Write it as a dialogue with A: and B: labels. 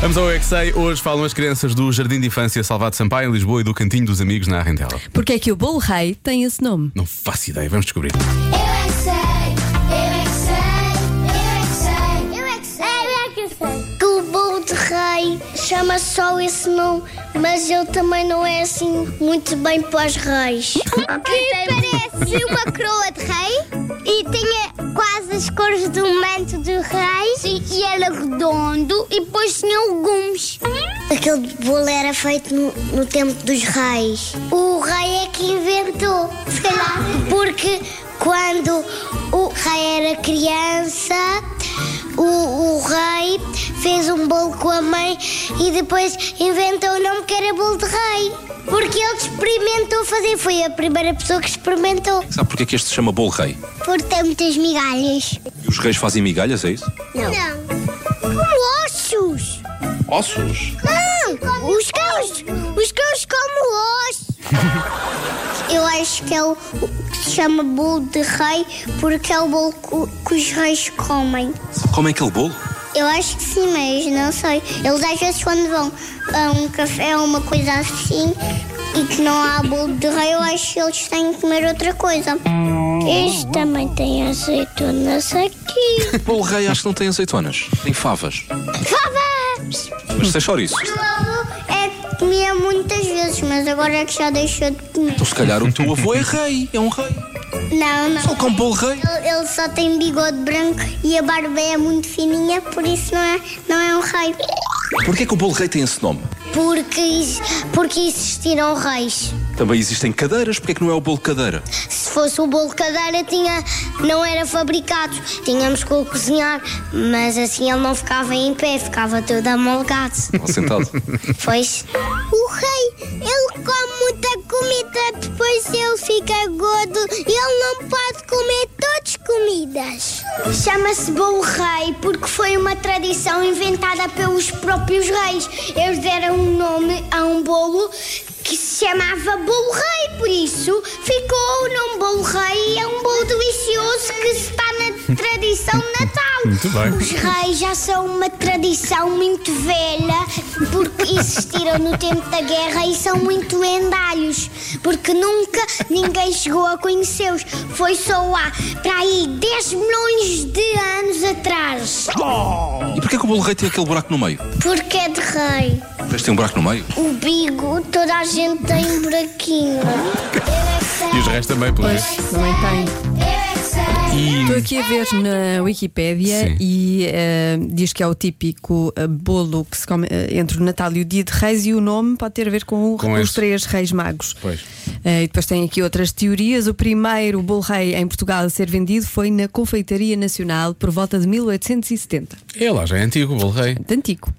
A: Vamos ao UXA. Hoje falam as crianças do Jardim de Infância Salvado Sampaio, em Lisboa, e do Cantinho dos Amigos, na Arrendela.
B: Porque é que o Bolo Rei tem esse nome?
A: Não faço ideia, vamos descobrir.
C: Eu é que sei, eu é que sei, eu é que sei, eu é que sei, eu é que sei. Que o bolo de rei chama só esse nome, mas ele também não é assim muito bem para os reis. Porque parece uma coroa de rei e tinha é quase as cores do manto do rei e era redondo e depois tinha alguns. Aquele bolo era feito no, no tempo dos reis. O rei é que inventou, se calhar, porque quando o rei era criança, o, o rei fez um bolo com a mãe e depois inventou o nome que era bolo de rei. Porque ele experimentou fazer, foi a primeira pessoa que experimentou.
D: Sabe porque é que este se chama bolo rei?
C: Porque tem muitas migalhas.
D: E os reis fazem migalhas, é isso?
C: Não. Como ossos.
D: Ossos?
C: Não, os cães, os cães comem ossos. Eu acho que é o o que se chama bolo de rei porque é o bolo co- que os reis comem.
D: Comem aquele é bolo?
C: Eu acho que sim, mas não sei. Eles às vezes quando vão a um café ou uma coisa assim e que não há bolo de rei, eu acho que eles têm que comer outra coisa. Este também tem azeitonas aqui.
D: Bolo rei acho que não tem azeitonas, tem favas.
C: Favas!
D: Mas tem só isso.
C: O avô é que comia muitas vezes, mas agora é que já deixou de comer.
D: Então se calhar o teu avô é rei, é um rei.
C: Não, não.
D: Só com bolo rei.
C: Ele, ele só tem bigode branco e a barba é muito fininha, por isso não é, não é um rei.
D: Porquê que o bolo rei tem esse nome?
C: Porque, is- porque existiram reis.
D: Também existem cadeiras, porquê que não é o bolo cadeira?
C: Se fosse o bolo de cadeira, tinha, não era fabricado. Tínhamos que o cozinhar, mas assim ele não ficava em pé, ficava todo amolgado.
D: Ou sentado.
C: Pois. O rei, ele come muita comida, depois ele fica gordo e ele não pode comer todas as comidas. Chama-se Bom Rei porque foi uma tradição inventada pelos próprios reis. Eles deram um nome a um bolo que se chamava Bolo Rei, por isso ficou o nome Bolo Rei e é um bolo delicioso que está na tradição de natal.
A: Muito bem.
C: Os reis já são uma tradição muito velha porque existiram no tempo da guerra e são muito lendários porque nunca ninguém chegou a conhecê-los. Foi só há para aí 10 milhões de anos atrás.
D: E porquê que o bolo rei tem aquele buraco no meio?
C: Porque é de rei.
D: Mas tem um buraco no meio?
C: O bigo, toda a gente tem um buraquinho. é
A: E os reis também, pelo
B: Pois,
A: visto.
B: também é? tem. Estou aqui a ver na Wikipédia
A: Sim.
B: e eh, diz que é o típico eh, bolo que se come eh, entre o Natal e o Dia de Reis e o nome pode ter a ver com, o-
A: Com
B: com os
A: esse.
B: três reis magos.
A: Pois.
B: Eh, e depois tem aqui outras teorias. O primeiro bolo rei em Portugal a ser vendido foi na Confeitaria Nacional por volta de 1870.
A: É lá, já é antigo, o bolo rei.
B: Portanto, Antigo.